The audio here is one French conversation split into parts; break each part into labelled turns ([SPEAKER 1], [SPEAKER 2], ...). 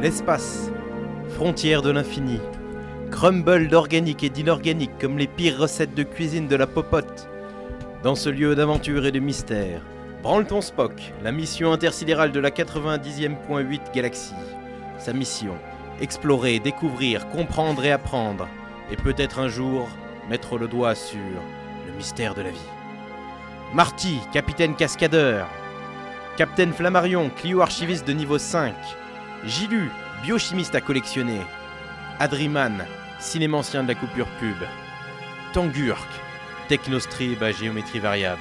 [SPEAKER 1] l'espace, frontière de l'infini, crumble d'organique et d'inorganique comme les pires recettes de cuisine de la popote. Dans ce lieu d'aventure et de mystère, branle ton Spock, la mission intersidérale de la 90e.8 Galaxie. Sa mission, explorer, découvrir, comprendre et apprendre, et peut-être un jour mettre le doigt sur le mystère de la vie. Marty, capitaine cascadeur. Capitaine Flammarion, Clio archiviste de niveau 5. Gilu, biochimiste à collectionner. Adriman, cinémancien de la coupure pub. Tangurk, technostrib à géométrie variable.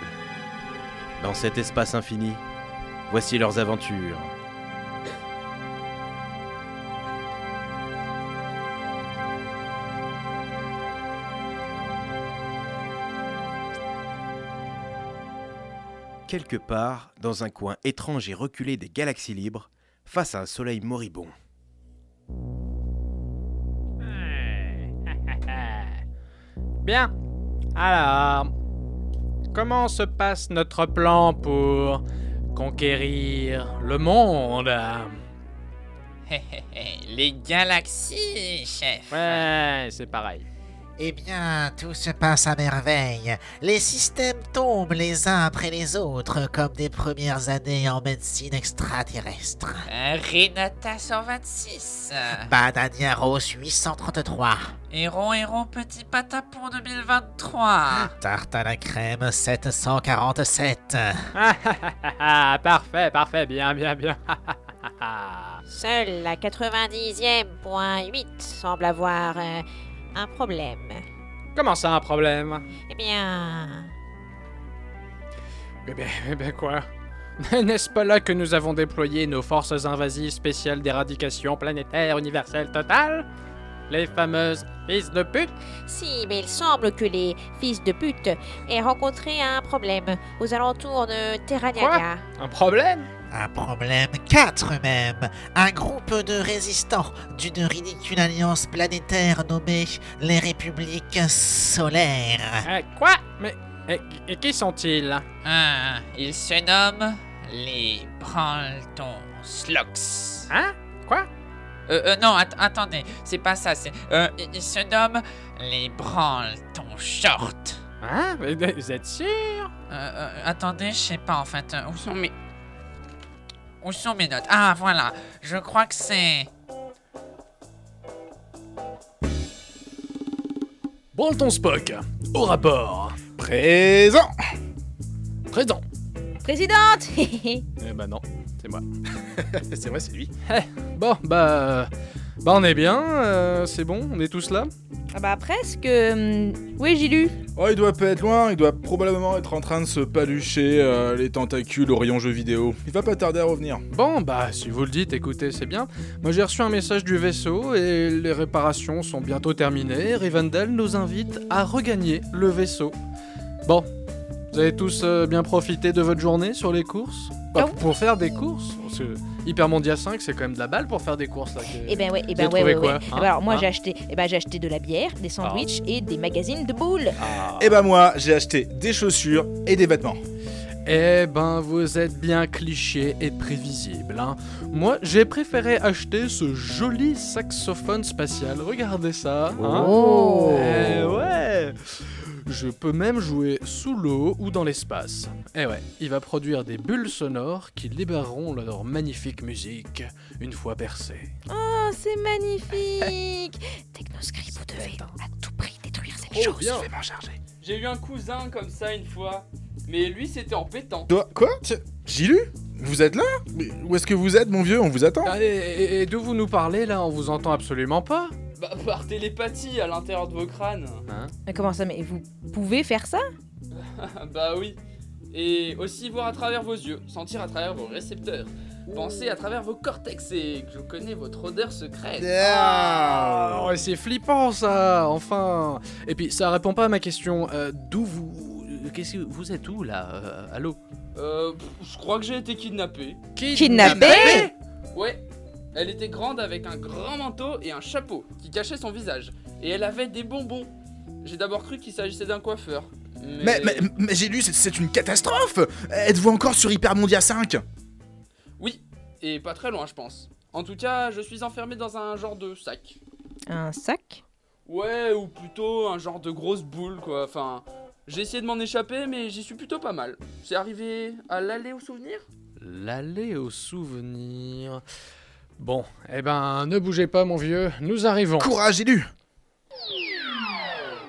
[SPEAKER 1] Dans cet espace infini, voici leurs aventures. Quelque part, dans un coin étrange et reculé des galaxies libres, face à un soleil moribond.
[SPEAKER 2] Bien. Alors, comment se passe notre plan pour conquérir le monde
[SPEAKER 3] Les galaxies, chef.
[SPEAKER 2] Ouais, c'est pareil.
[SPEAKER 4] Eh bien, tout se passe à merveille. Les systèmes tombent les uns après les autres, comme des premières années en médecine extraterrestre.
[SPEAKER 3] Euh, Renata 126.
[SPEAKER 2] Bah.
[SPEAKER 4] Bananiaros 833.
[SPEAKER 3] Héron, héron, petit patapon 2023.
[SPEAKER 4] Tarte à la crème 747.
[SPEAKER 2] Ah, parfait, parfait, bien, bien, Eh bien.
[SPEAKER 5] Seule la 90e.8 semble avoir euh, un problème.
[SPEAKER 2] Comment ça, un problème
[SPEAKER 5] Eh bien,
[SPEAKER 2] Eh bien, eh bien quoi N'est-ce pas là que nous avons déployé nos forces invasives spéciales d'éradication planétaire universelle totale Les fameuses fils de pute
[SPEAKER 5] si, mais il semble que les fils de pute aient rencontré un problème aux alentours de Terraniaga.
[SPEAKER 2] Un problème
[SPEAKER 4] Un problème 4 même. Un groupe de résistants d'une ridicule alliance planétaire nommée les Républiques
[SPEAKER 3] Hein?
[SPEAKER 4] Solaires.
[SPEAKER 2] Eh, Quoi Mais. Et, et qui sont-ils
[SPEAKER 3] Ah, ils se nomment les Branleton Slox.
[SPEAKER 2] Hein Quoi
[SPEAKER 3] Euh, euh, non, att- attendez, c'est pas ça, c'est... Euh, ils- ils se nomment les Branleton Short.
[SPEAKER 2] Hein Mais Vous êtes sûr
[SPEAKER 3] Euh, euh, attendez, je sais pas en fait. euh, où sont mes. Où sont mes notes Ah, voilà. Je crois que c'est.
[SPEAKER 6] Branleton Spock, au rapport.
[SPEAKER 7] Présent
[SPEAKER 6] Présent.
[SPEAKER 5] Présidente
[SPEAKER 6] Eh ben non, c'est moi. Eh,
[SPEAKER 7] C'est vrai, c'est lui.
[SPEAKER 6] Bon, bah. euh, Bah on est bien, euh, c'est bon, on est tous là.
[SPEAKER 8] Ah bah presque. euh, Oui, j'ai lu.
[SPEAKER 7] Oh, il doit pas être loin, il doit probablement être en train de se palucher euh, les tentacules au rayon jeux vidéo. Il va pas tarder à revenir.
[SPEAKER 6] Bon, bah si vous le dites, écoutez, c'est bien. Moi j'ai reçu un message du vaisseau et les réparations sont bientôt terminées. Rivendell nous invite à regagner le vaisseau. Bon, vous avez tous euh, bien profité de votre journée sur les courses Bah,
[SPEAKER 8] Ah oui.
[SPEAKER 6] Pour faire des courses Parce que Hypermondia 5, c'est quand même de la balle pour faire des courses là. que-
[SPEAKER 8] Eh ben ouais,
[SPEAKER 6] Vous
[SPEAKER 8] eh ben
[SPEAKER 6] avez
[SPEAKER 8] ouais, ouais,
[SPEAKER 6] trouvé quoi,
[SPEAKER 8] ouais. Ah
[SPEAKER 6] hein,
[SPEAKER 8] bah alors moi
[SPEAKER 6] hein
[SPEAKER 8] j'ai acheté, eh ben j'ai acheté de la bière, des sandwichs et des magazines de boules.
[SPEAKER 6] Ah.
[SPEAKER 7] Et bah, moi, j'ai acheté des chaussures et des vêtements.
[SPEAKER 6] Eh ben, vous êtes bien cliché et prévisible. Hein. Moi, j'ai préféré acheter ce joli saxophone spatial. Regardez ça. hein.
[SPEAKER 8] Oh.
[SPEAKER 6] Eh ouais. Je peux même jouer sous l'eau ou dans l'espace. Eh ouais, il va produire des bulles sonores qui libéreront leur magnifique musique une fois percée.
[SPEAKER 8] Oh, c'est magnifique. Technoscribe, vous devez à tout prix détruire cette chose.
[SPEAKER 6] bien.
[SPEAKER 9] J'ai eu un cousin comme ça une fois, mais lui c'était en pétant.
[SPEAKER 7] Toi, quoi Tiens, Gilu Vous êtes là Mais Où est-ce que vous êtes, mon vieux On vous attend.
[SPEAKER 6] Allez, Ah, et, et d'où vous nous parlez là On vous entend absolument pas.
[SPEAKER 9] Bah, par télépathie à l'intérieur de vos crânes.
[SPEAKER 8] Mais comment ça Mais vous pouvez faire ça
[SPEAKER 9] bah oui. Et aussi voir à travers vos yeux, sentir à travers vos récepteurs, penser à travers vos cortex et je connais votre odeur secrète.
[SPEAKER 6] Ah ouais, c'est flippant ça, enfin. Et puis ça répond pas à ma question. euh, D'où vous euh, Qu'est-ce que vous êtes où là euh, Allô
[SPEAKER 9] Euh, pff, je crois que j'ai été kidnappé.
[SPEAKER 8] Kidnappé
[SPEAKER 9] Ouais. Elle était grande avec un grand manteau et un chapeau qui cachait son visage. Et elle avait des bonbons. J'ai d'abord cru qu'il s'agissait d'un coiffeur.
[SPEAKER 7] Mais, mais, mais Gilu, c'est- c'est une catastrophe Êtes-vous encore sur Hypermondia 5
[SPEAKER 9] Oui, et pas très loin, je pense. En tout cas, je suis enfermé dans un genre de sac.
[SPEAKER 5] Un sac
[SPEAKER 9] Ouais, ou plutôt un genre de grosse boule, quoi. Enfin, j'ai essayé de m'en échapper, mais j'y suis plutôt pas mal. C'est arrivé à l'allée au souvenir
[SPEAKER 6] L'aller au souvenir. Bon, eh ben, ne bougez pas, mon vieux, nous arrivons.
[SPEAKER 7] Courage, élu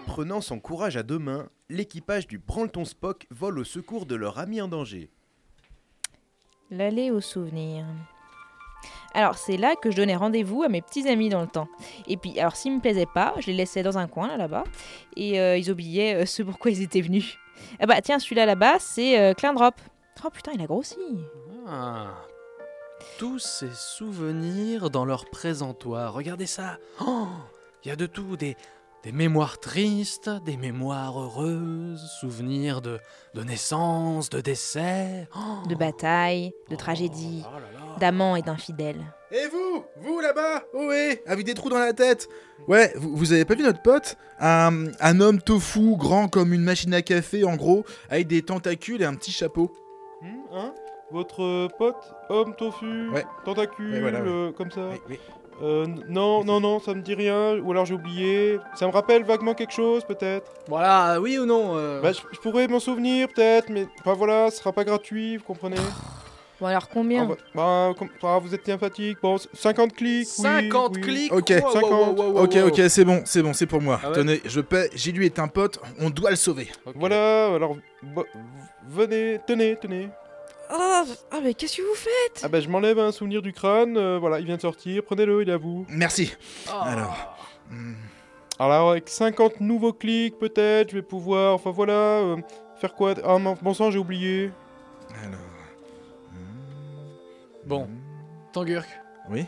[SPEAKER 1] Prenant son courage à deux mains, l'équipage du Branleton Spock vole au secours de leur ami en danger.
[SPEAKER 8] L'allée au souvenir. Alors, c'est là que je donnais rendez-vous à mes petits amis dans le temps. Et puis, alors, s'ils me plaisaient pas, je les laissais dans un coin, là, là-bas. Et euh, ils oubliaient euh, ce pourquoi ils étaient venus. Ah bah, tiens, celui-là, là-bas, c'est euh, Kleindrop. Oh putain, il a grossi.
[SPEAKER 6] Ah. Tous ces souvenirs dans leur présentoir. Regardez ça. Oh, Il y a de tout, des, des mémoires tristes, des mémoires heureuses, souvenirs de, de naissance, de décès. Oh.
[SPEAKER 8] De bataille, de tragédie,
[SPEAKER 6] Oh là là.
[SPEAKER 8] d'amants et d'infidèles.
[SPEAKER 7] Et vous Vous là-bas Ohé Avec des trous dans la tête Ouais, vous, vous avez pas vu notre pote un, un homme tofu, grand comme une machine à café en gros, avec des tentacules et un petit chapeau.
[SPEAKER 10] hein Votre euh, pote, homme tofu,
[SPEAKER 7] Ouais.
[SPEAKER 10] tentacule,
[SPEAKER 7] Ouais, voilà, ouais.
[SPEAKER 10] euh, comme ça.
[SPEAKER 7] Oui, oui.
[SPEAKER 10] Euh, n- non, non, non, ça me dit rien. Ou alors j'ai oublié. Ça me rappelle vaguement quelque chose, peut-être.
[SPEAKER 6] Voilà, oui ou non euh,
[SPEAKER 10] Bah, je je pourrais m'en souvenir, peut-être, mais enfin voilà, ce sera pas gratuit, vous comprenez
[SPEAKER 8] Bon, alors, combien
[SPEAKER 10] Ah, bah, bah, com- ah, vous êtes emphatique. Bon, c- 50 clics. oui,
[SPEAKER 6] 50
[SPEAKER 10] oui.
[SPEAKER 6] clics
[SPEAKER 7] Ok,
[SPEAKER 6] wow, wow,
[SPEAKER 10] 50.
[SPEAKER 6] wow, wow,
[SPEAKER 7] Ok,
[SPEAKER 6] wow.
[SPEAKER 7] ok, c'est bon, c'est bon, c'est pour moi.
[SPEAKER 6] Ah ouais
[SPEAKER 7] Tenez, je paie, Gilu est un pote, on doit le sauver.
[SPEAKER 6] Ok.
[SPEAKER 10] Voilà, alors bo- venez, tenez, tenez.
[SPEAKER 8] Ah, ah, mais qu'est-ce que vous faites
[SPEAKER 10] Ah bah je m'enlève un souvenir du crâne, euh, voilà, il vient de sortir, prenez-le, il est à vous. Hmm.
[SPEAKER 7] Merci. Alors.
[SPEAKER 10] Alors avec 50 nouveaux clics peut-être, je vais pouvoir, enfin voilà, euh, faire quoi Ah mon, bon sang, j'ai oublié.
[SPEAKER 7] Alors.
[SPEAKER 6] Bon, Tangurk,
[SPEAKER 7] Oui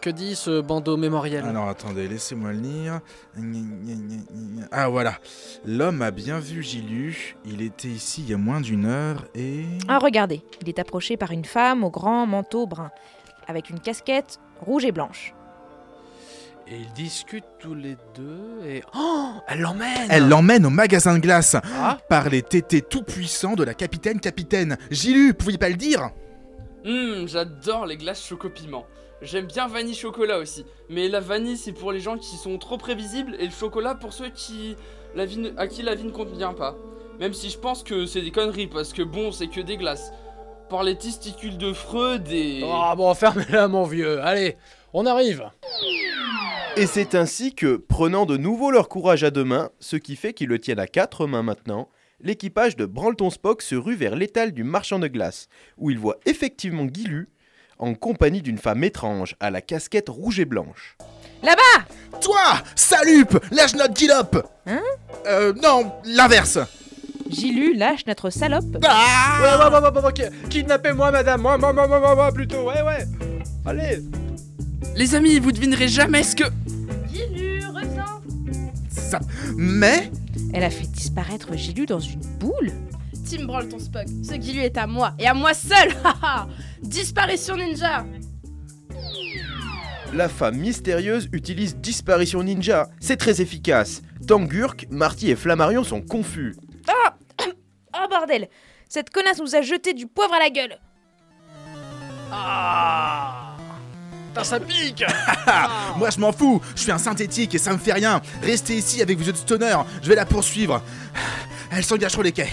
[SPEAKER 6] que dit ce bandeau mémoriel
[SPEAKER 7] Alors attendez, laissez-moi le lire. Gna, gna, gna, gna. Ah voilà. L'homme a bien vu Gilu. Il était ici il y a moins d'une heure et.
[SPEAKER 8] Ah, regardez, il est approché par une femme au grand manteau brun, avec une casquette rouge et blanche.
[SPEAKER 6] Et ils discutent tous les deux et... Oh Elle l'emmène
[SPEAKER 7] Elle l'emmène au magasin de glace
[SPEAKER 6] Ah.
[SPEAKER 7] par les tétés tout puissants de la capitaine capitaine. Gilu, pouviez pas le dire
[SPEAKER 9] Hum, j'adore les glaces choco-piment. J'aime bien vanille chocolat aussi. Mais la vanille, c'est pour les gens qui sont trop prévisibles et le chocolat pour ceux qui. La vie ne- à qui la vie ne convient pas. Même si je pense que c'est des conneries, parce que bon, c'est que des glaces. Par les testicules de Freud et.
[SPEAKER 6] Ah bon, fermez-la, mon vieux. Allez, on arrive.
[SPEAKER 1] Et c'est ainsi que, prenant de nouveau leur courage à deux mains, ce qui fait qu'ils le tiennent à quatre mains maintenant, l'équipage de Branleton Spock se rue vers l'étal du marchand de glace, où il voit effectivement Guilu en compagnie d'une femme étrange à la casquette rouge et blanche.
[SPEAKER 7] Toi Salupe Lâche notre guilope
[SPEAKER 8] Hein
[SPEAKER 7] Euh, non, l'inverse
[SPEAKER 8] Gilu lâche notre salope.
[SPEAKER 7] Ah
[SPEAKER 6] Ouais, ouais, ouais, ouais, ouais, ouais, ok. Kidnappez-moi, madame. Moi, moi, moi, moi, moi, moi, plutôt. Ouais, ouais. Allez.
[SPEAKER 9] Les amis, vous devinerez jamais ce que.
[SPEAKER 8] Gilu, reviens
[SPEAKER 7] Ça- Mais
[SPEAKER 8] Elle a fait disparaître Gilu dans une boule
[SPEAKER 11] Tim Brawl, ton Spock. Ce qui lui est à moi et à moi seul. haha. Disparition ninja.
[SPEAKER 1] La femme mystérieuse utilise Disparition Ninja, c'est très efficace. Tangurk, Marty et Flammarion sont confus.
[SPEAKER 8] Oh bordel Cette connasse nous a jeté du poivre à la gueule
[SPEAKER 6] Ah. Putain, ça pique.
[SPEAKER 7] Ah. Moi je m'en fous, je suis un synthétique et ça me fait rien. Restez ici avec vos yeux de stoner, je vais la poursuivre. Elle s'engage sur les quais.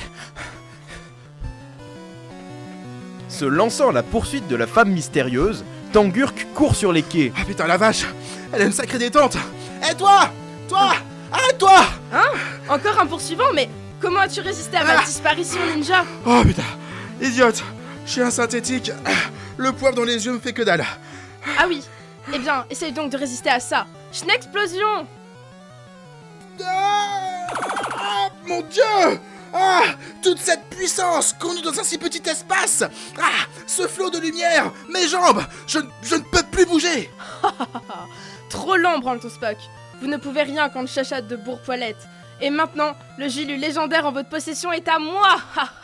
[SPEAKER 1] Se lançant à la poursuite de la femme mystérieuse, Tangurk court sur les quais.
[SPEAKER 7] Ah putain la vache, elle a une sacrée détente. Et toi Toi Arrête-toi
[SPEAKER 11] Hein? Encore un poursuivant, mais comment as-tu résisté à ma
[SPEAKER 7] Ah.
[SPEAKER 11] disparition ninja
[SPEAKER 7] Oh putain, idiote, je suis un synthétique. Le poivre dans les yeux me fait que dalle.
[SPEAKER 11] Ah oui. Eh bien, essaye donc de résister à ça. Schnexplosion
[SPEAKER 7] Ah, mon dieu Ah Toute cette puissance conduite dans un si petit espace Ah Ce flot de lumière Mes jambes je, Ah, bah, je ne peux plus bouger
[SPEAKER 11] Trop lent, branle ton Spock. Vous ne pouvez rien contre Chachat de Bourg-Poilette. Et maintenant, le Gilu légendaire en votre possession est à moi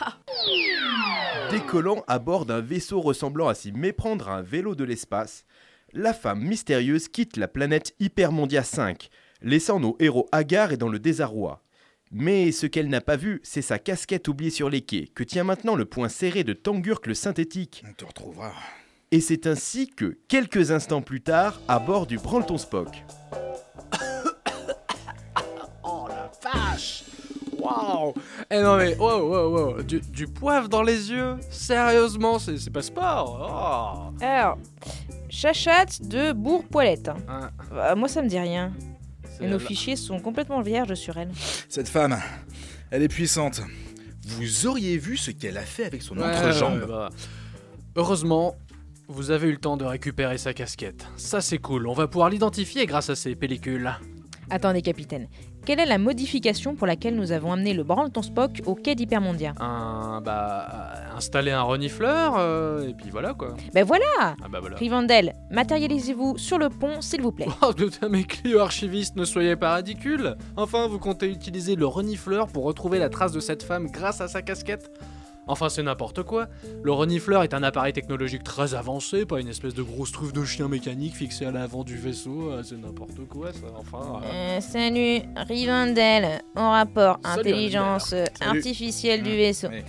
[SPEAKER 1] Décollant à bord d'un vaisseau ressemblant à s'y méprendre à un vélo de l'espace, la femme mystérieuse quitte la planète Hypermondia 5, laissant nos héros hagards et dans le désarroi. Mais ce qu'elle n'a pas vu, c'est sa casquette oubliée sur les quais, que tient maintenant le poing serré de Tangurk le synthétique.
[SPEAKER 7] On te retrouvera.
[SPEAKER 1] Et c'est ainsi que, quelques instants plus tard, à bord du Branleton Spock.
[SPEAKER 6] Vache Waouh Eh non mais, wow, wow, wow du, du poivre dans les yeux Sérieusement, c'est c'est pas sport Oh.
[SPEAKER 8] Alors, Chachat de Bourg-Poilette. Bah, moi, ça me dit rien.
[SPEAKER 7] C'est
[SPEAKER 8] Et nos
[SPEAKER 7] la-
[SPEAKER 8] fichiers sont complètement vierges sur elle.
[SPEAKER 7] Cette femme, elle est puissante. Vous auriez vu ce qu'elle a fait avec son
[SPEAKER 6] Ouais,
[SPEAKER 7] entrejambe.
[SPEAKER 6] ouais, bah. Heureusement, vous avez eu le temps de récupérer sa casquette. Ça c'est cool, on va pouvoir l'identifier grâce à ces pellicules.
[SPEAKER 8] Attendez, capitaine. Quelle est la modification pour laquelle nous avons amené le Branleton Spock au quai d'Hypermondia
[SPEAKER 6] Un, bah, installer un renifleur, euh, et puis voilà quoi.
[SPEAKER 8] Ben voilà
[SPEAKER 6] Ah bah voilà.
[SPEAKER 8] Rivendell, matérialisez-vous sur le pont, s'il vous plaît.
[SPEAKER 6] Oh, putain, mes clients archivistes, ne soyez pas ridicules Enfin, vous comptez utiliser le renifleur pour retrouver la trace de cette femme grâce à sa casquette Enfin, c'est n'importe quoi Le renifleur est un appareil technologique très avancé, pas une espèce de grosse truffe de chien mécanique fixée à l'avant du vaisseau, euh, c'est n'importe quoi ça, enfin... euh.
[SPEAKER 8] Euh, salut, Rivendell, en rapport
[SPEAKER 6] Salut,
[SPEAKER 8] intelligence
[SPEAKER 6] Rivendell.
[SPEAKER 8] euh,
[SPEAKER 6] Salut.
[SPEAKER 8] artificielle du
[SPEAKER 7] Mmh.
[SPEAKER 6] Mm,
[SPEAKER 8] vaisseau.
[SPEAKER 6] oui.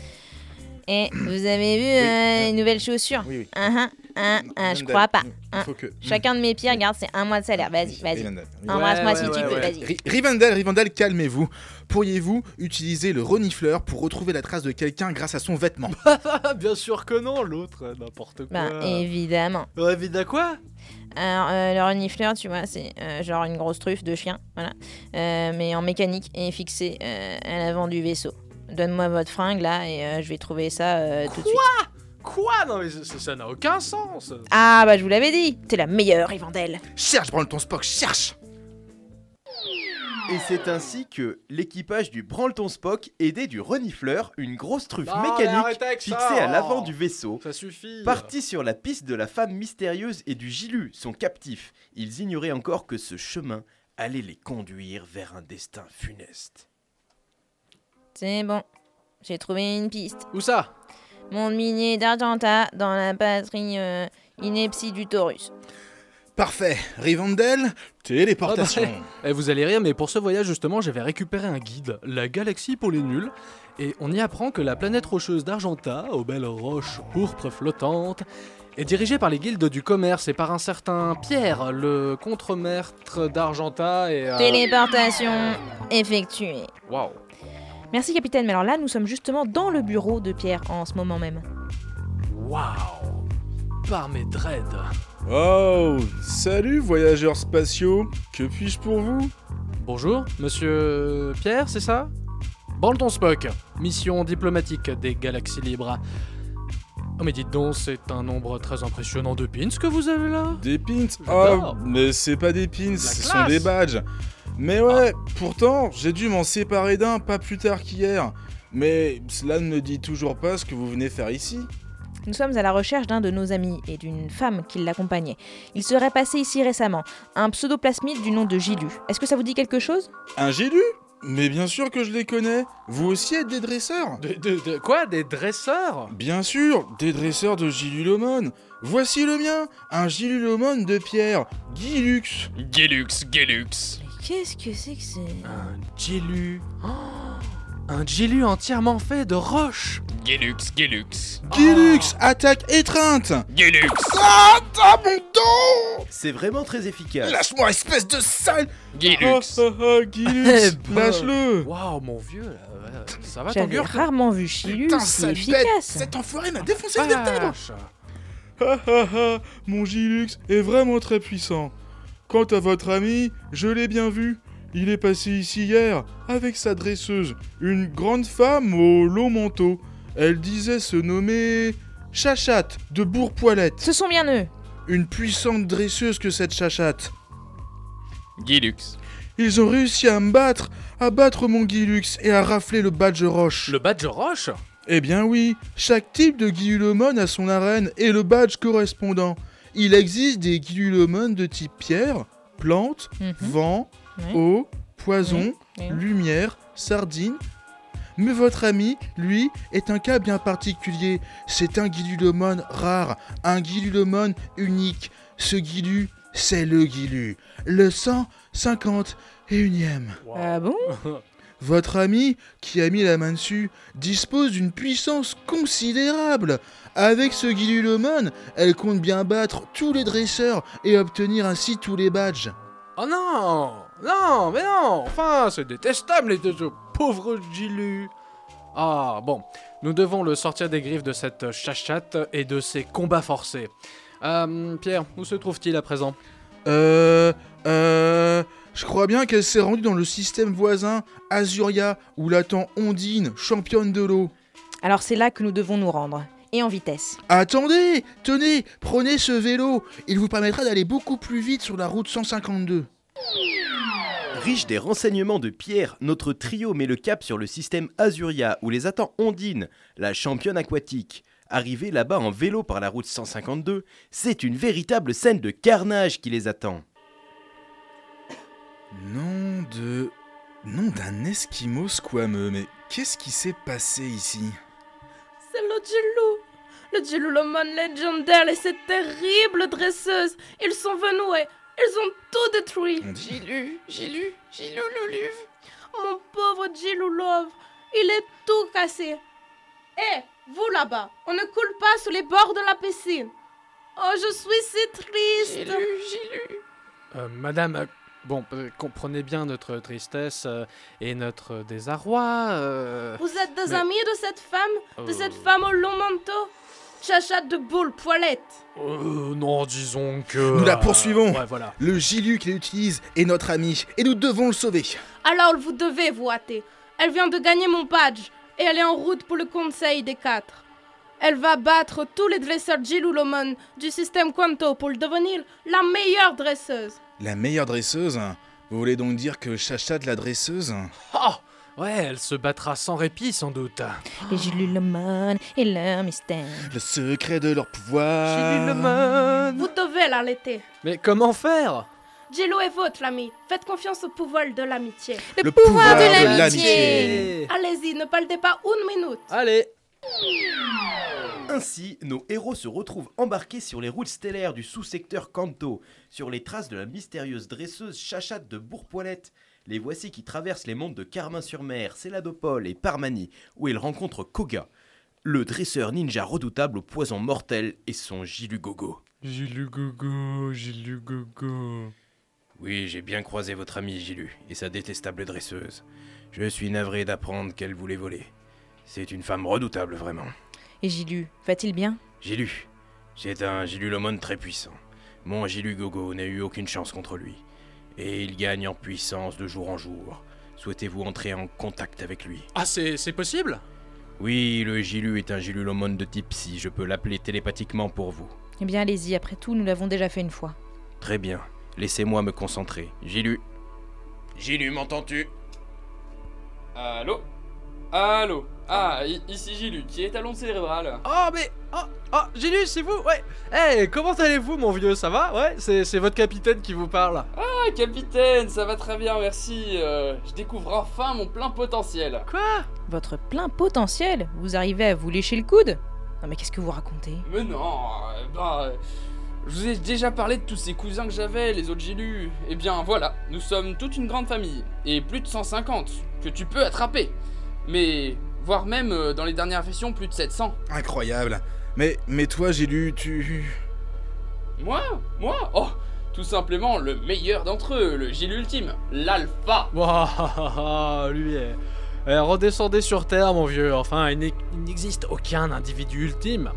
[SPEAKER 8] Et vous avez vu euh, les nouvelles chaussures
[SPEAKER 7] Oui, oui.
[SPEAKER 8] Hein, hein, hein, hein, je
[SPEAKER 7] Rivendell,
[SPEAKER 8] crois pas.
[SPEAKER 7] il
[SPEAKER 8] hein.
[SPEAKER 7] faut que- mmh.
[SPEAKER 8] Chacun de mes pieds, regarde, c'est un mois de salaire. Vas-y, vas-y.
[SPEAKER 7] Rivendell.
[SPEAKER 8] Embrasse-moi si tu peux, vas-y.
[SPEAKER 7] Ri- Rivendell, Rivendell, calmez-vous. Pourriez-vous utiliser le renifleur pour retrouver la trace de quelqu'un grâce à son vêtement
[SPEAKER 6] euh. Bien sûr que non, l'autre, euh, n'importe quoi
[SPEAKER 8] Ben, évidemment.
[SPEAKER 6] évidemment quoi
[SPEAKER 8] Alors, euh, le renifleur, tu vois, c'est euh, genre une grosse truffe de chien, voilà, Euh, mais en mécanique et fixée euh, à l'avant du vaisseau. Donne-moi votre fringue là et euh, je vais trouver ça euh, tout de suite.
[SPEAKER 6] Quoi Non mais ça- ça ça n'a aucun sens
[SPEAKER 8] Ah bah je vous l'avais dit, t'es la meilleure, Rivendell.
[SPEAKER 7] Cherche, Branleton Spock, cherche
[SPEAKER 1] Et c'est ainsi que l'équipage du Branleton Spock, aidé du renifleur, une grosse truffe
[SPEAKER 6] Non, mais
[SPEAKER 1] mécanique
[SPEAKER 6] arrêtez avec ça,
[SPEAKER 1] fixée à
[SPEAKER 6] oh.
[SPEAKER 1] l'avant du vaisseau,
[SPEAKER 6] Ça suffit
[SPEAKER 1] partit sur la piste de la femme mystérieuse et du Gilu, son captif. Ils ignoraient encore que ce chemin allait les conduire vers un destin funeste.
[SPEAKER 8] C'est bon, j'ai trouvé une piste.
[SPEAKER 6] Où ça
[SPEAKER 8] Monde minier d'Argenta dans la patrie euh, ineptie du Taurus.
[SPEAKER 7] Parfait, Rivendell, téléportation.
[SPEAKER 6] Ah bah, eh, vous allez rire, mais pour ce voyage justement, j'avais récupéré un guide, La Galaxie pour les Nuls, et on y apprend que la planète rocheuse d'Argenta, aux belles roches pourpres flottantes, est dirigée par les guildes du commerce et par un certain Pierre, le contre-maître d'Argenta et...
[SPEAKER 7] Ah.
[SPEAKER 6] euh,
[SPEAKER 8] Téléportation effectuée.
[SPEAKER 6] Waouh
[SPEAKER 8] Merci capitaine, mais alors là nous sommes justement dans le bureau de Pierre en ce moment même.
[SPEAKER 6] Waouh Par mes dreads
[SPEAKER 7] Oh, salut voyageurs spatiaux, que puis-je pour vous
[SPEAKER 6] Bonjour, monsieur Pierre, c'est ça Banleton Spock, mission diplomatique des galaxies libres. Oh mais dites donc, c'est un nombre très impressionnant de pins que vous avez là
[SPEAKER 7] Des pins
[SPEAKER 6] J'adore.
[SPEAKER 7] Oh, mais c'est pas des pins, ce sont
[SPEAKER 6] classe. Ah.
[SPEAKER 7] des badges. Mais ouais, pourtant, j'ai dû m'en séparer d'un pas plus tard qu'hier. Mais cela ne me dit toujours pas ce que vous venez faire ici.
[SPEAKER 8] Nous sommes à la recherche d'un de nos amis et d'une femme qui l'accompagnait. Il serait passé ici récemment, un pseudoplasmide du nom de Gilu. Est-ce que ça vous dit quelque chose
[SPEAKER 7] Un gélu Mais bien sûr que je les connais. Vous aussi êtes des dresseurs
[SPEAKER 6] De, quoi Des dresseurs
[SPEAKER 7] Bien sûr, des dresseurs de Gilulomone. Voici le mien, un Gilulomone de pierre, Gilux.
[SPEAKER 6] Gilux, Gilux.
[SPEAKER 8] Qu'est-ce que c'est que c'est
[SPEAKER 6] Un Gélu. Oh, un Gélu entièrement fait de roches Oh. Gilux, Gilux.
[SPEAKER 7] Gilux, attaque étreinte
[SPEAKER 6] Gilux
[SPEAKER 7] Ah, t'as mon dos
[SPEAKER 1] C'est vraiment très efficace.
[SPEAKER 7] Lâche-moi, espèce de sale
[SPEAKER 6] Gilux
[SPEAKER 7] Ah, ah, ah, Gilux Lâche-le
[SPEAKER 6] Waouh, mon vieux, là, ouais, ça va ton
[SPEAKER 8] J'avais rarement vu Gilu
[SPEAKER 7] Putain,
[SPEAKER 8] si
[SPEAKER 7] sale bête
[SPEAKER 8] efficace.
[SPEAKER 7] Cet enfoiré m'a défoncé le vertèbre Ah mon Gilux est vraiment très puissant. Quant à votre ami, je l'ai bien vu. Il est passé ici hier avec sa dresseuse, une grande femme au long manteau. Elle disait se nommer Chachatte de Bourg-Poilette.
[SPEAKER 8] Ce sont bien eux.
[SPEAKER 7] Une puissante dresseuse que cette Chachatte.
[SPEAKER 6] Gilux.
[SPEAKER 7] Ils ont réussi à me battre, à battre mon Guilux et à rafler le badge roche.
[SPEAKER 6] Le badge roche
[SPEAKER 7] Eh bien oui, chaque type de Guillumon a son arène et le badge correspondant. Il existe des Guillumon de type pierre, plante, vent,
[SPEAKER 8] Oui.
[SPEAKER 7] eau, poison,
[SPEAKER 8] Oui. Oui.
[SPEAKER 7] lumière, sardine. Mais votre ami, lui, est un cas bien particulier. C'est un Guillumon rare, un Guillumon unique. Ce Guilu, c'est le Guilu, le 151e.
[SPEAKER 8] Ah bon
[SPEAKER 7] Votre ami, qui a mis la main dessus, dispose d'une puissance considérable. Avec ce Guilulomon, elle compte bien battre tous les dresseurs et obtenir ainsi tous les badges.
[SPEAKER 6] Oh non Non, mais non Enfin, c'est détestable les deux pauvres Gilu Ah, bon. Nous devons le sortir des griffes de cette chachate et de ses combats forcés. Euh, Pierre, où se trouve-t-il à présent
[SPEAKER 7] Euh. Euh. Je crois bien qu'elle s'est rendue dans le système voisin, Azuria, où l'attend Ondine, championne de l'eau.
[SPEAKER 8] Alors c'est là que nous devons nous rendre. Et en vitesse.
[SPEAKER 7] Attendez Tenez Prenez ce vélo Il vous permettra d'aller beaucoup plus vite sur la route 152.
[SPEAKER 1] Riche des renseignements de Pierre, notre trio met le cap sur le système Azuria où les attend Ondine, la championne aquatique. Arrivée là-bas en vélo par la route 152, c'est une véritable scène de carnage qui les attend.
[SPEAKER 7] Nom de. Nom d'un esquimau squameux, mais qu'est-ce qui s'est passé ici
[SPEAKER 11] C'est le Jilou Le Jilou Lomon légendaire et cette terrible dresseuse Ils sont venus Ils ont tout détruit
[SPEAKER 3] J'ai lu, j'ai lu, j'ai lu le livre.
[SPEAKER 11] Mon pauvre Jilou Love Il est tout cassé Hé, vous là-bas On ne coule pas sur les bords de la piscine Oh, je suis si triste
[SPEAKER 3] J'ai lu, j'ai lu.
[SPEAKER 6] Euh, Madame, euh, bon, euh, comprenez bien notre tristesse euh, et notre désarroi. euh,
[SPEAKER 11] Vous êtes des
[SPEAKER 6] mais-
[SPEAKER 11] amis de cette femme De cette
[SPEAKER 3] Oh.
[SPEAKER 6] Euh.
[SPEAKER 11] femme au long manteau Chacha de boule poilette
[SPEAKER 6] Euh, non, disons que.
[SPEAKER 7] Nous la
[SPEAKER 6] euh,
[SPEAKER 7] poursuivons
[SPEAKER 6] Ouais, voilà.
[SPEAKER 7] Le Gilu qui l'utilise est notre ami, et nous devons le sauver
[SPEAKER 11] Alors vous devez vous hâter. Elle vient de gagner mon badge et elle est en route pour le conseil des quatre. Elle va battre tous les dresseurs Jill ou Lomon du système Quanto pour devenir la meilleure dresseuse.
[SPEAKER 7] La meilleure dresseuse hein. Vous voulez donc dire que Chacha de la dresseuse hein.
[SPEAKER 6] Ah Ouais, elle se battra sans répit, sans doute.
[SPEAKER 8] Les Giluloman et leur mystère.
[SPEAKER 7] Le secret de leur pouvoir
[SPEAKER 11] Vous devez l'arrêter.
[SPEAKER 6] Mais comment faire
[SPEAKER 11] Jilou est votre ami. Faites confiance au pouvoir de l'amitié.
[SPEAKER 8] Le,
[SPEAKER 7] pouvoir de
[SPEAKER 11] Allez-y, ne perdez pas une minute.
[SPEAKER 6] Allez
[SPEAKER 7] Ah.
[SPEAKER 1] Ainsi, nos héros se retrouvent embarqués sur les routes stellaires du sous-secteur Kanto, sur les traces de la mystérieuse dresseuse Chachate de Bourpoilette. Les voici qui traversent les mondes de Carmin-sur-Mer, Céladopole et Parmanie, où ils rencontrent Koga, le dresseur ninja redoutable au poison mortel et son Gilugogo.
[SPEAKER 6] Gilu gogo, gilu gogo.
[SPEAKER 1] Oui, j'ai bien croisé votre ami Gilu et sa détestable dresseuse. Je suis navré d'apprendre qu'elle voulait voler. C'est une femme redoutable, vraiment.
[SPEAKER 8] Et Gilu, va-t-il bien
[SPEAKER 1] Gilu. C'est un Gilulomon très puissant. Mon Gilu Gogo n'a eu aucune chance contre lui. Et il gagne en puissance de jour en jour. Souhaitez-vous entrer en contact avec lui
[SPEAKER 6] Ah, c'est c'est possible
[SPEAKER 1] Oui, le Gilu est un Gilulomon de type psy, je peux l'appeler télépathiquement pour vous.
[SPEAKER 8] Eh bien, allez-y, après tout, nous l'avons déjà fait une fois.
[SPEAKER 1] Très bien, laissez-moi me concentrer. Gilu. Gilu, m'entends-tu
[SPEAKER 9] Allô Allô Ah, i- ici Gilu, qui est à l'onde cérébrale.
[SPEAKER 6] Oh, mais. Oh, oh, Gilu, c'est vous Ouais Eh, comment allez-vous, mon vieux Ça va Ouais, c'est c'est votre capitaine qui vous parle.
[SPEAKER 9] Ah, capitaine, ça va très bien, merci. Euh, je découvre enfin mon plein potentiel.
[SPEAKER 6] Quoi
[SPEAKER 8] Votre plein potentiel Vous arrivez à vous lécher le coude Non, mais qu'est-ce que vous racontez
[SPEAKER 9] Mais non, euh, bah. euh, Je vous ai déjà parlé de tous ces cousins que j'avais, les autres Gilus. Eh bien voilà, nous sommes toute une grande famille, et plus de 150, que tu peux attraper. Mais, voire même euh, dans les dernières versions, plus de 700.
[SPEAKER 7] Incroyable Mais, mais toi, Gilu, tu...
[SPEAKER 9] Moi Moi Oh Tout simplement le meilleur d'entre eux, le Gilu ultime,
[SPEAKER 7] Ah.
[SPEAKER 9] l'alpha
[SPEAKER 6] Waouh, lui est. Eh, redescendez sur Terre, mon vieux. Enfin, il n'est- il n'existe aucun individu ultime.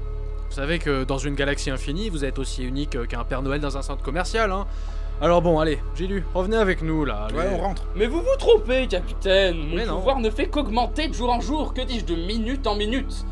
[SPEAKER 6] Vous savez que dans une galaxie infinie, vous êtes aussi unique euh, qu'un Père Noël dans un centre commercial, hein. Alors bon, allez, Gilu, revenez avec nous, là. allez.
[SPEAKER 7] Ouais, on rentre.
[SPEAKER 9] Mais vous vous trompez, capitaine Mon
[SPEAKER 6] Mais non.
[SPEAKER 9] pouvoir ne fait qu'augmenter de jour en jour, que dis-je, de minute en minute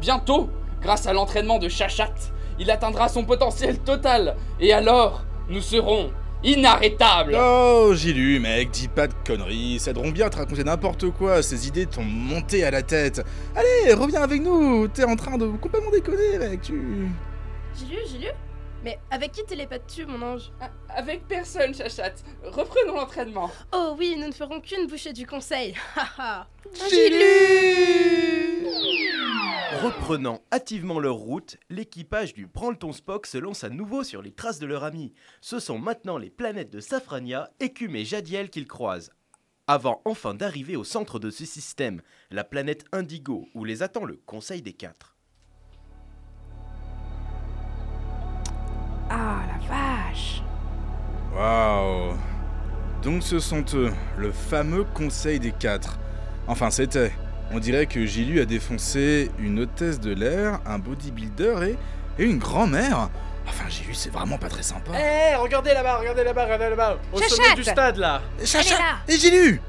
[SPEAKER 9] Bientôt, grâce à l'entraînement de Chachat, il atteindra son potentiel total, et alors, nous serons inarrêtables
[SPEAKER 7] Oh, Gilu, mec, dis pas de conneries. Ça drôle bien à te raconter n'importe quoi. Ces idées t'ont monté à la tête. Allez, reviens avec nous. T'es en train de complètement déconner, mec. Tu...
[SPEAKER 11] J'ai lu, j'ai lu. Mais avec qui télépathes-tu, mon ange
[SPEAKER 9] A- Ah, Avec personne, Chachat, reprenons l'entraînement Ah,
[SPEAKER 11] Oh oui, nous ne ferons qu'une bouchée du conseil. Haha.
[SPEAKER 1] Reprenant hâtivement leur route, l'équipage du Branleton Spock se lance à nouveau sur les traces de leur ami. Ce sont maintenant les planètes de Safrania, Écume et Jadiel qu'ils croisent. avant enfin d'arriver au centre de ce système, la planète Indigo, où les attend le Conseil des Quatre.
[SPEAKER 8] Ah la vache
[SPEAKER 7] Waouh Donc ce sont eux, le fameux Conseil des Quatre. Enfin, c'était. On dirait que Gilu a défoncé une hôtesse de l'air, un bodybuilder et, et une grand-mère. Enfin, Gilu, c'est vraiment pas très sympa.
[SPEAKER 2] Eh, regardez là-bas, regardez là-bas, regardez là-bas. Au sommet
[SPEAKER 7] Chachette
[SPEAKER 2] du stade là.
[SPEAKER 7] Chacha- Et Gilu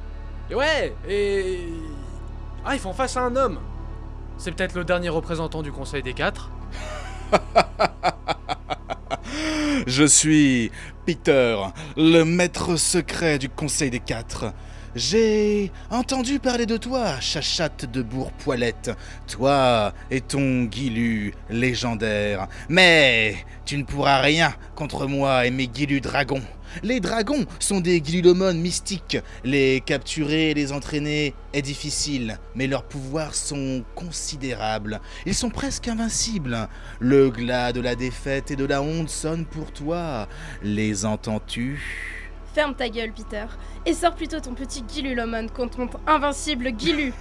[SPEAKER 2] Et Ouais, et. Ah, ils font face à un homme. C'est peut-être le dernier représentant du Conseil des Quatre.
[SPEAKER 7] Je suis Peter, le maître secret du Conseil des Quatre. J'ai entendu parler de toi, chachate de Bourg-Poilette, toi et ton Guilu légendaire. Mais tu ne pourras rien contre moi et mes Guilus dragons. Les dragons sont des Guilulomones mystiques. Les capturer et les entraîner est difficile, mais leurs pouvoirs sont considérables. Ils sont presque invincibles. Le glas de la défaite et de la honte sonne pour toi. Les entends-tu
[SPEAKER 11] Ferme ta gueule, Peter, et sors plutôt ton petit Gilu Lomon contre mon invincible Gilu.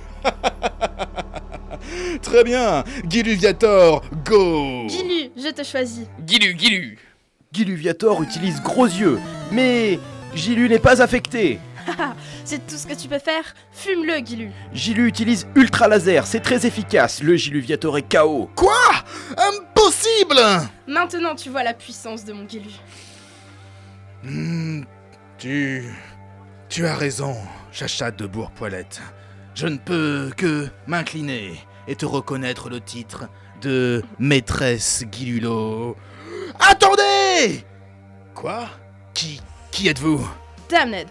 [SPEAKER 7] Très bien, Guilu Viator,
[SPEAKER 1] Oh.
[SPEAKER 7] go
[SPEAKER 11] Gilu, je te choisis.
[SPEAKER 1] Guilu, Guilu Viator utilise gros yeux, mais Gilu n'est pas affecté.
[SPEAKER 11] Haha, C'est tout ce que tu peux faire Fume-le, Gilu.
[SPEAKER 1] Gilu utilise ultra laser, c'est très efficace. Le Gilu Viator est KO. Quoi
[SPEAKER 7] Impossible
[SPEAKER 11] Maintenant, tu vois la puissance de mon Gilu.
[SPEAKER 7] Hmm, tu. Tu as raison, Chacha de Bourg-Poilette. Je ne peux que m'incliner et te reconnaître le titre de maîtresse Guilulo. Attendez Quoi Qui. Qui êtes-vous
[SPEAKER 11] Damned.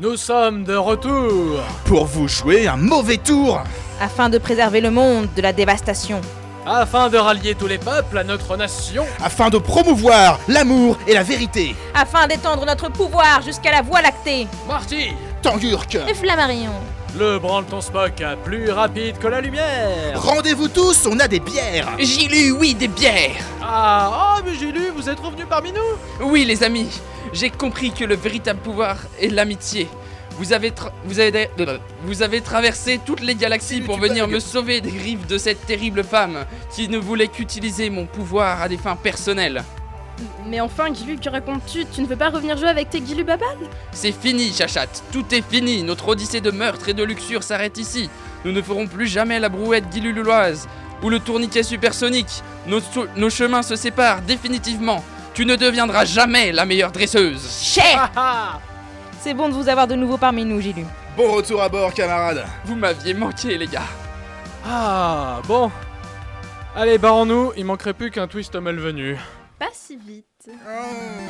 [SPEAKER 2] Nous sommes de retour
[SPEAKER 7] Pour vous jouer un mauvais tour
[SPEAKER 8] Afin de préserver le monde de la dévastation.
[SPEAKER 2] Afin de rallier tous les peuples à notre nation.
[SPEAKER 7] Afin de promouvoir l'amour et la vérité
[SPEAKER 8] Afin d'étendre notre pouvoir jusqu'à la Voie lactée.
[SPEAKER 2] Marty
[SPEAKER 7] Tangurk
[SPEAKER 8] Et Flammarion.
[SPEAKER 2] Le branleton Spock plus rapide que la lumière
[SPEAKER 7] Rendez-vous tous, on a des bières
[SPEAKER 2] Gilu, oui, des bières Ah, oh, mais Gilu, vous êtes revenu parmi nous
[SPEAKER 9] Oui, les amis, j'ai compris que le véritable pouvoir est l'amitié. Vous avez, tra- vous, avez vous avez traversé toutes les galaxies pour venir me sauver des griffes de cette terrible femme qui ne voulait qu'utiliser mon pouvoir à des fins personnelles.
[SPEAKER 11] Mais enfin, Gilu, que racontes-tu Tu ne veux pas revenir jouer avec tes Gilu Babal
[SPEAKER 9] C'est fini, Chachate, tout est fini, notre odyssée de meurtre et de luxure s'arrête ici. Nous ne ferons plus jamais la brouette guilululoise ou le tourniquet supersonique. Nos, sou- nos chemins se séparent définitivement. Tu ne deviendras jamais la meilleure dresseuse.
[SPEAKER 8] Cher C'est bon de vous avoir de nouveau parmi nous, Gilu.
[SPEAKER 7] Bon retour à bord, camarades
[SPEAKER 9] Vous m'aviez manqué, les gars.
[SPEAKER 6] Ah, bon. Allez, barrons-nous, il manquerait plus qu'un twist malvenu.
[SPEAKER 11] Pas si vite.
[SPEAKER 9] Oh.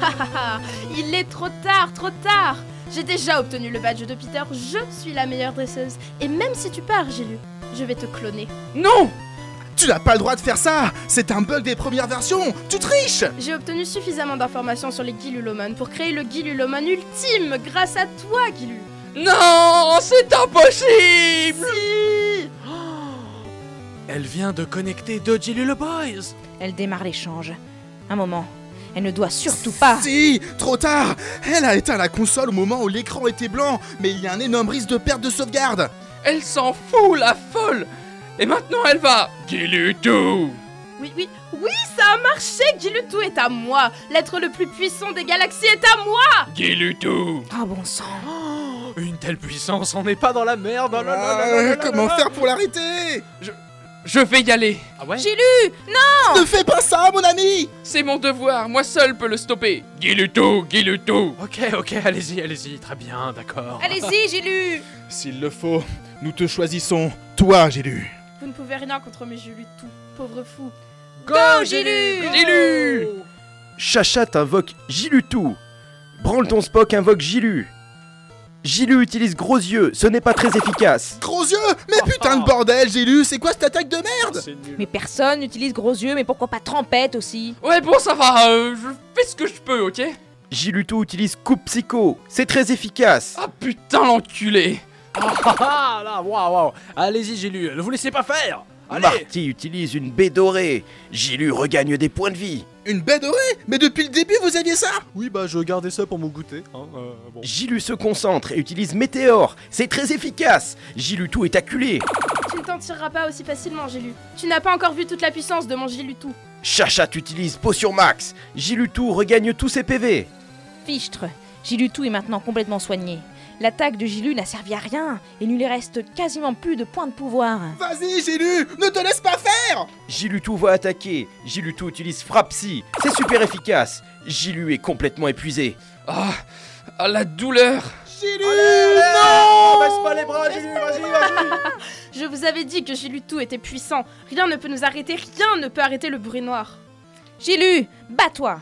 [SPEAKER 11] Hahaha, Il est trop tard, trop tard J'ai déjà obtenu le badge de Peter, je suis la meilleure dresseuse. Et même si tu pars, Gilu, je vais te cloner.
[SPEAKER 9] Non
[SPEAKER 7] Tu n'as pas le droit de faire ça C'est un bug des premières versions Tu triches
[SPEAKER 11] J'ai obtenu suffisamment d'informations sur les Gilulomon pour créer le Gilulomon ultime grâce à toi, Gilu.
[SPEAKER 9] Non, c'est impossible
[SPEAKER 6] Elle vient de connecter deux Gilu le Boys
[SPEAKER 8] Elle démarre l'échange. Un moment. Elle ne doit surtout pas.
[SPEAKER 7] Si Trop tard Elle a éteint la console au moment où l'écran était blanc, mais il y a un énorme risque de perte de sauvegarde
[SPEAKER 9] Elle s'en fout, la folle Et maintenant, elle va... Gilu tout
[SPEAKER 11] Oui, oui, oui, ça a marché Gilu, tout est à moi L'être le plus puissant des galaxies est à moi
[SPEAKER 9] Gilu tout
[SPEAKER 8] Ah bon sang
[SPEAKER 6] Une telle puissance, on n'est pas dans la merde oh là là là là là là
[SPEAKER 7] Euh, Comment
[SPEAKER 6] là.
[SPEAKER 7] faire pour l'arrêter
[SPEAKER 9] Je vais y aller
[SPEAKER 6] Ah ouais
[SPEAKER 8] Gilu Non
[SPEAKER 7] Ne fais pas ça, mon ami
[SPEAKER 9] C'est mon devoir, moi seul peux le stopper Gilu tout, Gilu tout
[SPEAKER 6] Ok, ok, allez-y, allez-y, très bien, d'accord.
[SPEAKER 8] Allez-y, Gilu
[SPEAKER 7] S'il le faut, nous te choisissons, toi, Gélu.
[SPEAKER 11] Vous ne pouvez rien contre mes Gilu, tout, pauvre fou
[SPEAKER 8] Go, Gilu
[SPEAKER 9] Gilu
[SPEAKER 1] Chachat invoque Gilutou. Branleton Spock invoque Gilu. Gilu utilise gros yeux, ce n'est pas très efficace.
[SPEAKER 7] Gros yeux Mais putain de bordel, Gélu, c'est quoi cette attaque de merde
[SPEAKER 8] Mais personne n'utilise gros yeux, mais pourquoi pas trompette aussi
[SPEAKER 9] Ouais, Eh bon, ça va, euh, je fais ce que je peux, ok
[SPEAKER 1] Gilutou utilise coup psycho, c'est très efficace.
[SPEAKER 9] Ah putain, l'enculé
[SPEAKER 6] Ah, ah, ah, là, waouh, waouh. Allez-y, Gilu, ne vous laissez pas faire
[SPEAKER 1] Marty utilise une baie dorée. Gilu regagne des points de vie.
[SPEAKER 12] Une baie dorée Mais depuis le début, vous aviez ça
[SPEAKER 6] Oui, bah je gardais ça pour mon goûter. hein, euh, bon.
[SPEAKER 1] Gilu se concentre et utilise Météore. C'est très efficace. Gilu tout est acculé.
[SPEAKER 11] Tu ne t'en tireras pas aussi facilement, Gélu. Tu n'as pas encore vu toute la puissance de mon Gélutou.
[SPEAKER 1] Chachat utilise Potion Max. Gilu tout regagne tous ses PV.
[SPEAKER 8] Fichtre, Gilutou est maintenant complètement soigné. L'attaque de Gilu n'a servi à rien et il ne lui reste quasiment plus de points de pouvoir.
[SPEAKER 12] Vas-y, j'ai lu Ne te laisse pas faire
[SPEAKER 1] Gilutou va attaquer. Gilutou utilise Frappe Psy. C'est super efficace. Gilu est complètement épuisé.
[SPEAKER 9] Ah, ah, la douleur
[SPEAKER 11] Oh
[SPEAKER 12] Gilu
[SPEAKER 9] Non Baisse pas les bras, Gilu, vas-y,
[SPEAKER 11] Je vous avais dit que Gélutou était puissant. Rien ne peut nous arrêter, rien ne peut arrêter le bruit noir.
[SPEAKER 8] Gélu, bats-toi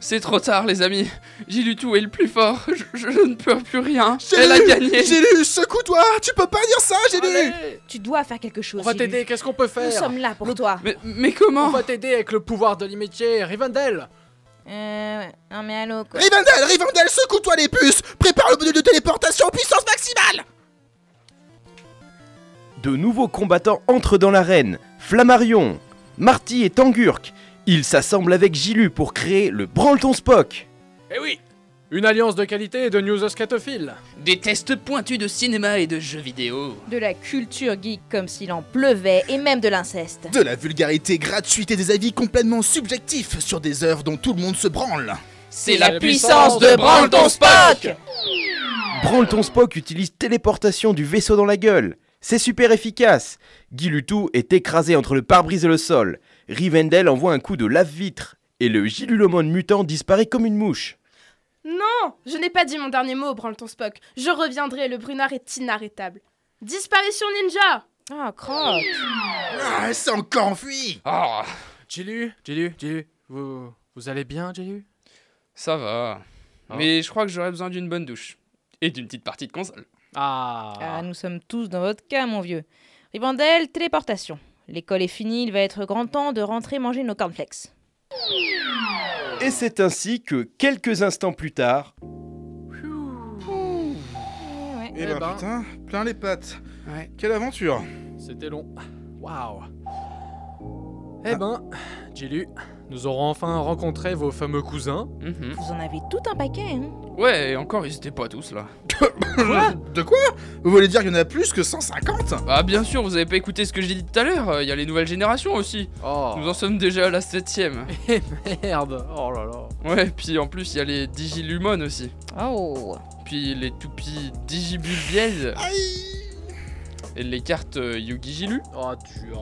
[SPEAKER 9] C'est trop tard, les amis. Gilutou est le plus fort. Je, je- je ne peux plus rien. Elle a gagné.
[SPEAKER 12] Gélu, secoue-toi
[SPEAKER 6] Ah,
[SPEAKER 12] Tu peux pas dire ça, Gélu
[SPEAKER 8] Tu dois faire quelque chose.
[SPEAKER 6] On va
[SPEAKER 8] Gilu.
[SPEAKER 6] t'aider, qu'est-ce qu'on peut faire
[SPEAKER 8] Nous sommes là pour toi.
[SPEAKER 9] Mais, comment
[SPEAKER 6] On va t'aider avec le pouvoir de l'imitié, Rivendell
[SPEAKER 8] Euh, ouais. non mais allô quoi.
[SPEAKER 12] Rivendell, Rivendell, secoue-toi les puces Prépare le module de téléportation puissance maximale
[SPEAKER 1] De nouveaux combattants entrent dans l'arène. Flammarion, Marty et Tangurk. Ils s'assemblent avec Gilu pour créer le Branleton Spock.
[SPEAKER 6] Eh oui Une alliance de qualité et de news oscatophiles.
[SPEAKER 9] Des tests pointus de cinéma et de jeux vidéo.
[SPEAKER 8] De la culture geek comme s'il en pleuvait et même de l'inceste.
[SPEAKER 12] De la vulgarité gratuite et des avis complètement subjectifs sur des œuvres dont tout le monde se branle
[SPEAKER 9] C'est la la puissance puissance de de Branleton Branleton Spock Spock
[SPEAKER 1] Branleton Spock utilise téléportation du vaisseau dans la gueule. C'est super efficace. Gilutou est écrasé entre le pare-brise et le sol. Rivendell envoie un coup de lave-vitre. Et le Gilulomone mutant disparaît comme une mouche.
[SPEAKER 11] Non Je n'ai pas dit mon dernier mot, Branleton Spock. Je reviendrai, le bruit noir est inarrêtable. Disparition ninja
[SPEAKER 8] Ah, crotte
[SPEAKER 12] Ah, c'est encore enfui
[SPEAKER 9] Ah,
[SPEAKER 6] Gilu, Gilu, Gilu, vous, vous allez bien, Gilu Ah.
[SPEAKER 9] ça va. Mais je crois que j'aurais besoin d'une bonne douche. Et d'une petite partie de console.
[SPEAKER 8] Ah, nous sommes tous dans votre cas, mon vieux. Ribandel, téléportation. L'école est finie, il va être grand temps de rentrer manger nos cornflakes.
[SPEAKER 1] Et c'est ainsi que, quelques instants plus tard,
[SPEAKER 7] Eh
[SPEAKER 6] Eh
[SPEAKER 7] ben,
[SPEAKER 6] ben.
[SPEAKER 7] putain, plein les pattes. Quelle aventure
[SPEAKER 6] C'était long. Waouh
[SPEAKER 12] Ah.
[SPEAKER 6] Eh ben, Gilu, nous aurons enfin rencontré vos fameux cousins. Eh,
[SPEAKER 8] Vous en avez tout un paquet, hein
[SPEAKER 9] Ouais, et encore, ils étaient pas tous là.
[SPEAKER 7] De quoi Vous voulez dire qu'il y en a plus que 150
[SPEAKER 9] Ah, bien sûr, vous avez pas écouté ce que j'ai dit tout à l'heure. euh, Il y a les nouvelles générations aussi.
[SPEAKER 6] Oh.
[SPEAKER 9] Nous en sommes déjà à la septième.
[SPEAKER 6] Eh merde Oh là là
[SPEAKER 9] Ouais, puis en plus, il y a les Digilumon aussi.
[SPEAKER 8] Oh
[SPEAKER 9] Puis les toupies Digibulbiel. Et les cartes euh, Yugi-Gilu.
[SPEAKER 6] Oh, tu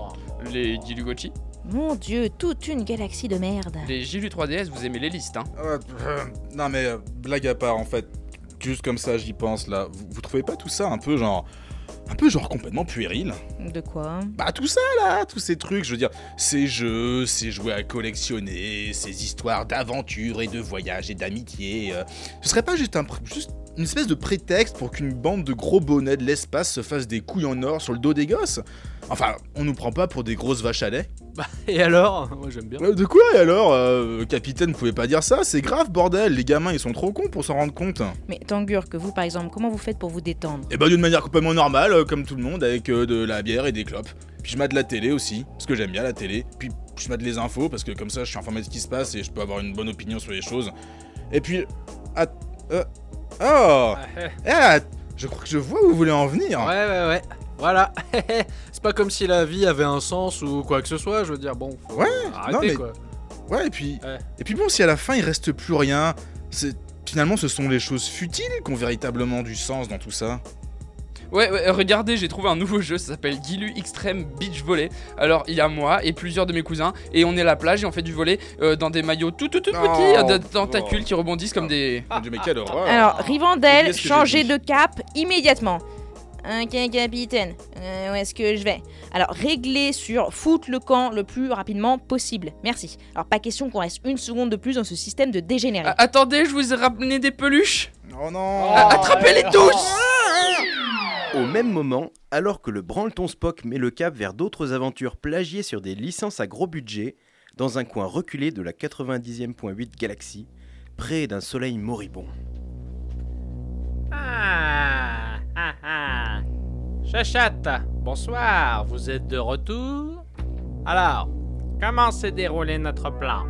[SPEAKER 9] Les Dilugochi.
[SPEAKER 8] Mon dieu, toute une galaxie de merde.
[SPEAKER 9] Les Gilu 3DS, vous aimez les listes, hein
[SPEAKER 7] Euh, euh, Non mais, euh, blague à part en fait, juste comme ça j'y pense là, vous, vous trouvez pas tout ça un peu genre... Un peu genre complètement puéril
[SPEAKER 8] De quoi
[SPEAKER 7] Bah tout ça là, tous ces trucs, je veux dire, ces jeux, ces jouets à collectionner, ces histoires d'aventure et de voyage et d'amitié, euh, ce serait pas juste un... pr- Juste une espèce de prétexte pour qu'une bande de gros bonnets de l'espace se fasse des couilles en or sur le dos des gosses Enfin, on nous prend pas pour des grosses vaches à lait
[SPEAKER 6] Bah, et alors Moi, j'aime bien.
[SPEAKER 7] Euh, De quoi et alors euh, Capitaine, vous pouvez pas dire ça, c'est grave bordel, les gamins ils sont trop cons pour s'en rendre compte.
[SPEAKER 8] Mais Tangur, que vous par exemple, comment vous faites pour vous détendre
[SPEAKER 7] Et bah d'une manière complètement normale, euh, comme tout le monde, avec euh, de la bière et des clopes. Puis je mate la télé aussi, parce que j'aime bien la télé. Puis je mate les infos, parce que comme ça je suis informé de ce qui se passe et je peux avoir une bonne opinion sur les choses. Et puis... att- euh, oh Eh, att- Je crois que je vois où vous voulez en venir.
[SPEAKER 6] Ouais, ouais, ouais. Voilà. c'est pas comme si la vie avait un sens ou quoi que ce soit, je veux dire, bon. faut
[SPEAKER 7] Ouais,
[SPEAKER 6] arrêter,
[SPEAKER 7] non, mais-
[SPEAKER 6] quoi.
[SPEAKER 7] Ouais, et puis...
[SPEAKER 6] Ouais.
[SPEAKER 7] Et puis bon, si à la fin il reste plus rien, c'est... Finalement, ce sont les choses futiles qui ont véritablement du sens dans tout ça.
[SPEAKER 9] Ouais, ouais, regardez, j'ai trouvé un nouveau jeu, ça s'appelle Gilu Extreme Beach Volley. Alors, il y a moi et plusieurs de mes cousins, et on est à la plage et on fait du volley euh, dans des maillots tout tout tout
[SPEAKER 7] Non,
[SPEAKER 9] petits, euh, de
[SPEAKER 7] bon.
[SPEAKER 9] tentacules qui rebondissent comme des...
[SPEAKER 7] Mon Dieu, mais quelle horreur
[SPEAKER 8] Ah, Alors,
[SPEAKER 7] Ah. Oubliez
[SPEAKER 8] Rivandel,
[SPEAKER 7] ce que j'ai
[SPEAKER 8] changez
[SPEAKER 7] dit.
[SPEAKER 8] de cap immédiatement. Ok, capitaine, euh, où est-ce que je vais Alors, réglez sur foutre le camp le plus rapidement possible. Merci. Alors, pas question qu'on reste une seconde de plus dans ce système de dégénéré.
[SPEAKER 9] Ah, attendez, je vous ai ramené des peluches Ah,
[SPEAKER 7] Oh non Oh.
[SPEAKER 9] Attrapez-les tous
[SPEAKER 1] Au même moment, alors que le branleton Spock met le cap vers d'autres aventures plagiées sur des licences à gros budget, dans un coin reculé de la 90e.8 galaxie, près d'un soleil moribond.
[SPEAKER 2] Ah, ah, ah.
[SPEAKER 6] Chachate, bonsoir, vous êtes de retour Alors, comment s'est déroulé notre plan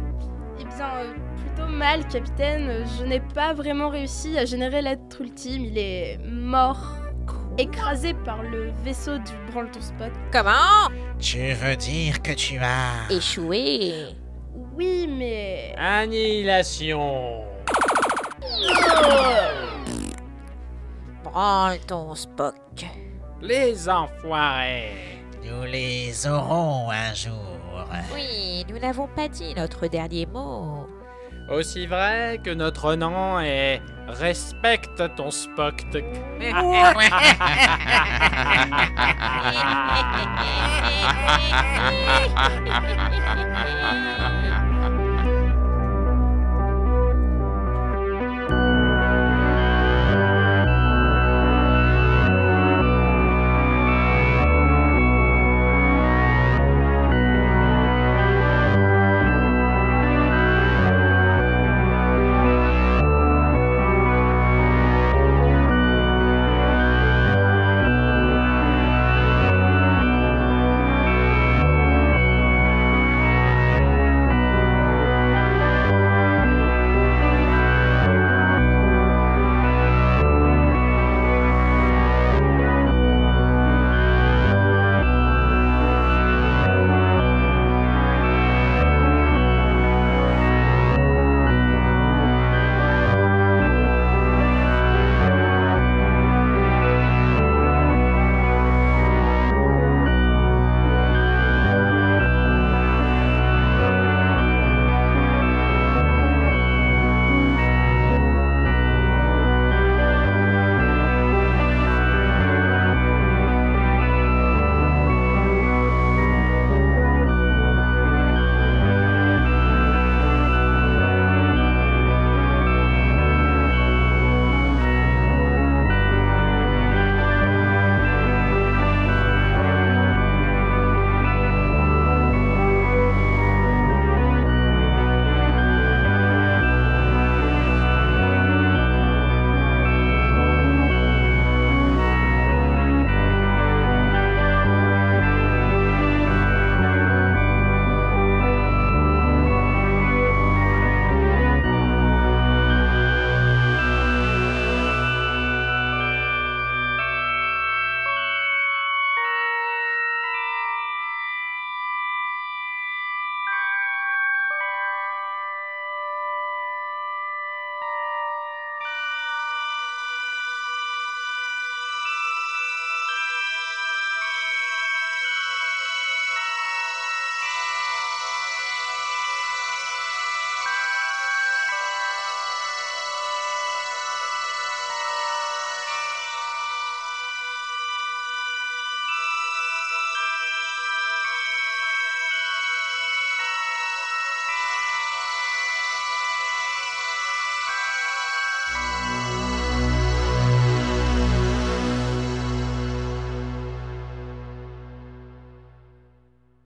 [SPEAKER 11] Eh bien, euh, plutôt mal, capitaine. Euh, Je n'ai pas vraiment réussi à générer l'être ultime. Il est mort, écrasé par le vaisseau du Branleton Spot.
[SPEAKER 8] Comment
[SPEAKER 4] Tu veux dire que tu as...
[SPEAKER 8] Échoué.
[SPEAKER 11] Oui, mais.
[SPEAKER 6] Annihilation
[SPEAKER 8] Oh! Branle ton Spock.
[SPEAKER 6] Les enfoirés
[SPEAKER 4] Nous les aurons un jour.
[SPEAKER 8] Oui, nous n'avons pas dit notre dernier mot.
[SPEAKER 6] Aussi vrai que notre nom est Respecte ton Spock.